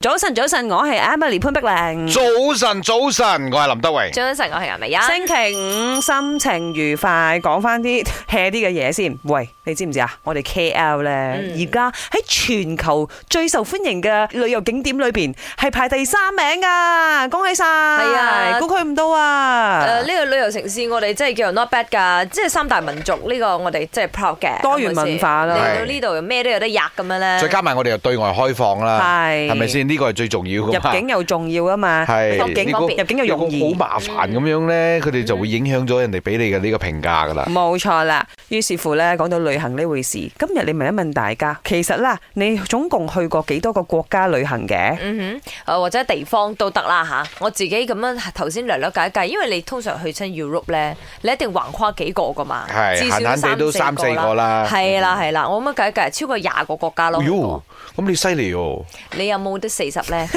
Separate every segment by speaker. Speaker 1: 早晨，早晨，我係 Emily 潘碧玲。
Speaker 2: 早晨，早晨，我係林德榮。
Speaker 3: 早晨，我係顏美欣。
Speaker 1: 星期五心情愉快，講翻啲 hea 啲嘅嘢先。喂，你知唔知啊？我哋 KL 咧，
Speaker 3: 嗯
Speaker 1: 而家喺全球最受歡迎嘅旅遊景點裏邊係排第三名噶，恭喜晒！係
Speaker 3: 啊
Speaker 1: 估佢唔到啊！
Speaker 3: 誒呢個旅遊城市，我哋真係叫人 not bad 㗎，即係三大民族呢個我哋真係 proud 嘅
Speaker 1: 多元文化啦
Speaker 3: 係咪先嚟到呢度咩都有得吔咁樣咧，
Speaker 2: 再加埋我哋又對外開放啦，
Speaker 1: 係
Speaker 2: 係咪先？呢個係最重要噶
Speaker 1: 入
Speaker 2: 嘛。
Speaker 1: 境又重要啊嘛，
Speaker 2: 係
Speaker 1: 入境
Speaker 2: 呢個
Speaker 1: 入境又
Speaker 2: 如
Speaker 1: 容
Speaker 2: 果
Speaker 1: 易
Speaker 2: 好。麻煩咁樣咧，佢哋就會影響咗人哋俾你嘅呢個評價噶啦。
Speaker 1: 冇錯啦，於是乎咧，講到旅行呢回事，今日你問一問大家，其實啦，你總共去過幾多個國家旅行嘅？
Speaker 3: 嗯哼，誒或者地方都得啦吓，我自己咁樣頭先略略計一計，因為你通常去親 Europe 咧，你一定橫跨幾個㗎嘛，
Speaker 2: 係
Speaker 3: 至
Speaker 2: 閒閒
Speaker 3: 少
Speaker 2: 地都三四個
Speaker 3: 個
Speaker 2: 啦
Speaker 3: 係啦係啦，我咁樣計一計，超過廿個國家
Speaker 2: 喲
Speaker 3: 咯。，
Speaker 2: 咁你犀利喎！我
Speaker 3: 你有冇得四十咧？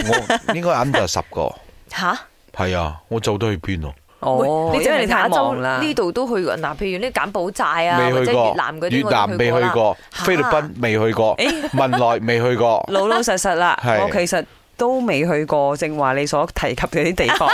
Speaker 2: 應該 under 十個，
Speaker 3: 吓？
Speaker 2: 係啊，我走得去邊啊？
Speaker 1: 哦，
Speaker 3: 嗯喂
Speaker 1: 因為你太
Speaker 3: 亞洲
Speaker 1: 忙啦。
Speaker 3: 呢度都去過，嗱，譬如呢柬埔寨啊，或者
Speaker 2: 未去
Speaker 3: 越
Speaker 2: 過
Speaker 3: 南嗰，
Speaker 2: 越
Speaker 3: 啲我
Speaker 2: 南
Speaker 3: 都
Speaker 2: 未
Speaker 3: 過
Speaker 2: 去
Speaker 3: 啦
Speaker 2: 過，菲律賓未去過，文萊未去過，
Speaker 1: 老老實實啦，
Speaker 2: 係
Speaker 1: 我其實都未去過正話你所提及嘅啲地 方。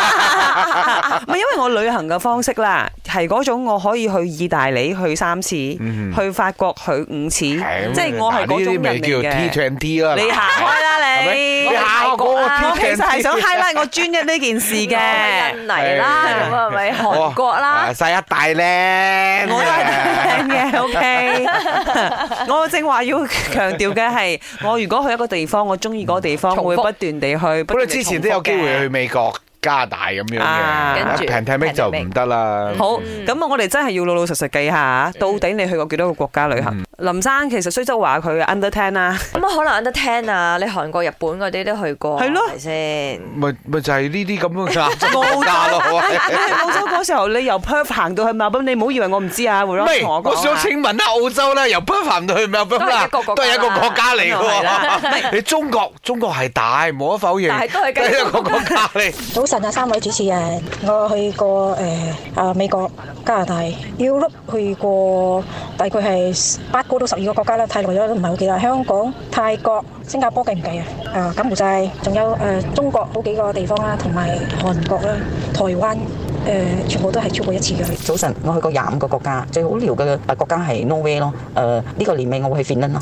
Speaker 1: 唔係因為我旅行嘅方式啦，係嗰種我可以去意大利去三次，
Speaker 2: 嗯
Speaker 1: 去法國去五次，即
Speaker 2: 係咁
Speaker 1: 係我
Speaker 2: 嗱
Speaker 1: 係嗰
Speaker 2: 呢
Speaker 1: 種
Speaker 2: 啲咪
Speaker 1: 人
Speaker 2: 叫
Speaker 1: 嚟
Speaker 2: T twenty
Speaker 1: 嘅。
Speaker 2: 啦，
Speaker 1: 你行
Speaker 2: 嗱
Speaker 1: 開啦
Speaker 2: 係咪
Speaker 1: 你
Speaker 2: 你。
Speaker 3: 我
Speaker 2: 下
Speaker 3: 係
Speaker 2: 嗰
Speaker 3: 泰國
Speaker 2: 個
Speaker 3: 啊
Speaker 1: 我
Speaker 2: T
Speaker 1: 其實
Speaker 2: twenty
Speaker 1: 係想 highlight 我專一呢件事
Speaker 3: 我係
Speaker 1: 嘅
Speaker 3: 印。尼啦，咁
Speaker 2: 係
Speaker 3: 啊係咪韓國啦
Speaker 2: 哦，世一大咧，
Speaker 1: 我都係 聽嘅，OK。我正話要強調嘅係，我如果去一個地方，我中意嗰個地方，
Speaker 3: 重複
Speaker 1: 我會不斷地去。不
Speaker 2: 本來
Speaker 1: 斷地
Speaker 2: 之前都有機會去
Speaker 1: 重複嘅。
Speaker 2: 美國、加拿大咁樣
Speaker 1: 啊
Speaker 2: 嘅，
Speaker 3: 跟住
Speaker 2: pandemic 就唔得啦。
Speaker 1: 好，
Speaker 2: 嗯
Speaker 1: 咁我哋真係要老老實實計下，到底你去過幾多個國家旅
Speaker 2: 嗯
Speaker 1: 行？林生其實雖則話佢 under ten 啦，
Speaker 3: 咁啊可能 under ten 啊，你韓國、日本嗰啲都去過，
Speaker 1: 係咯
Speaker 3: 係咪先？
Speaker 2: 咪咪就係呢啲咁樣嘅亞洲國家咯。
Speaker 1: 你去澳洲嗰時候，你由 Perth 行到去 m e 你唔好以為我唔知啊，會
Speaker 2: 唔
Speaker 1: 咯
Speaker 2: 係
Speaker 1: 同我講
Speaker 2: 我
Speaker 1: 啊
Speaker 2: 想請問啦，澳洲咧由 Perth 到去 Melbourne 啦，
Speaker 3: 都係一個國家啦
Speaker 2: 都係一個國家嚟
Speaker 1: 咁啊係啦
Speaker 2: 嘅喎。你中國中國係大，冇得否認，
Speaker 3: 但係都係繼續
Speaker 2: 一個國家嚟。
Speaker 4: 早晨啊，三位主持人，我去過誒啊、美國、加拿大、Europe 去過，大概係八個到十二個國家啦，太耐咗都唔係好記啦。香港、泰國、新加坡計唔計啊？啊，柬埔寨，仲有誒、呃中國好幾個地方啦，同埋韓國啦、台灣誒、呃全部都係超過一次嘅。
Speaker 5: 早呃晨，我去過廿五個國家，最好聊嘅誒國家係 Norway 咯。誒、呢個年尾我會去 Finland 咯。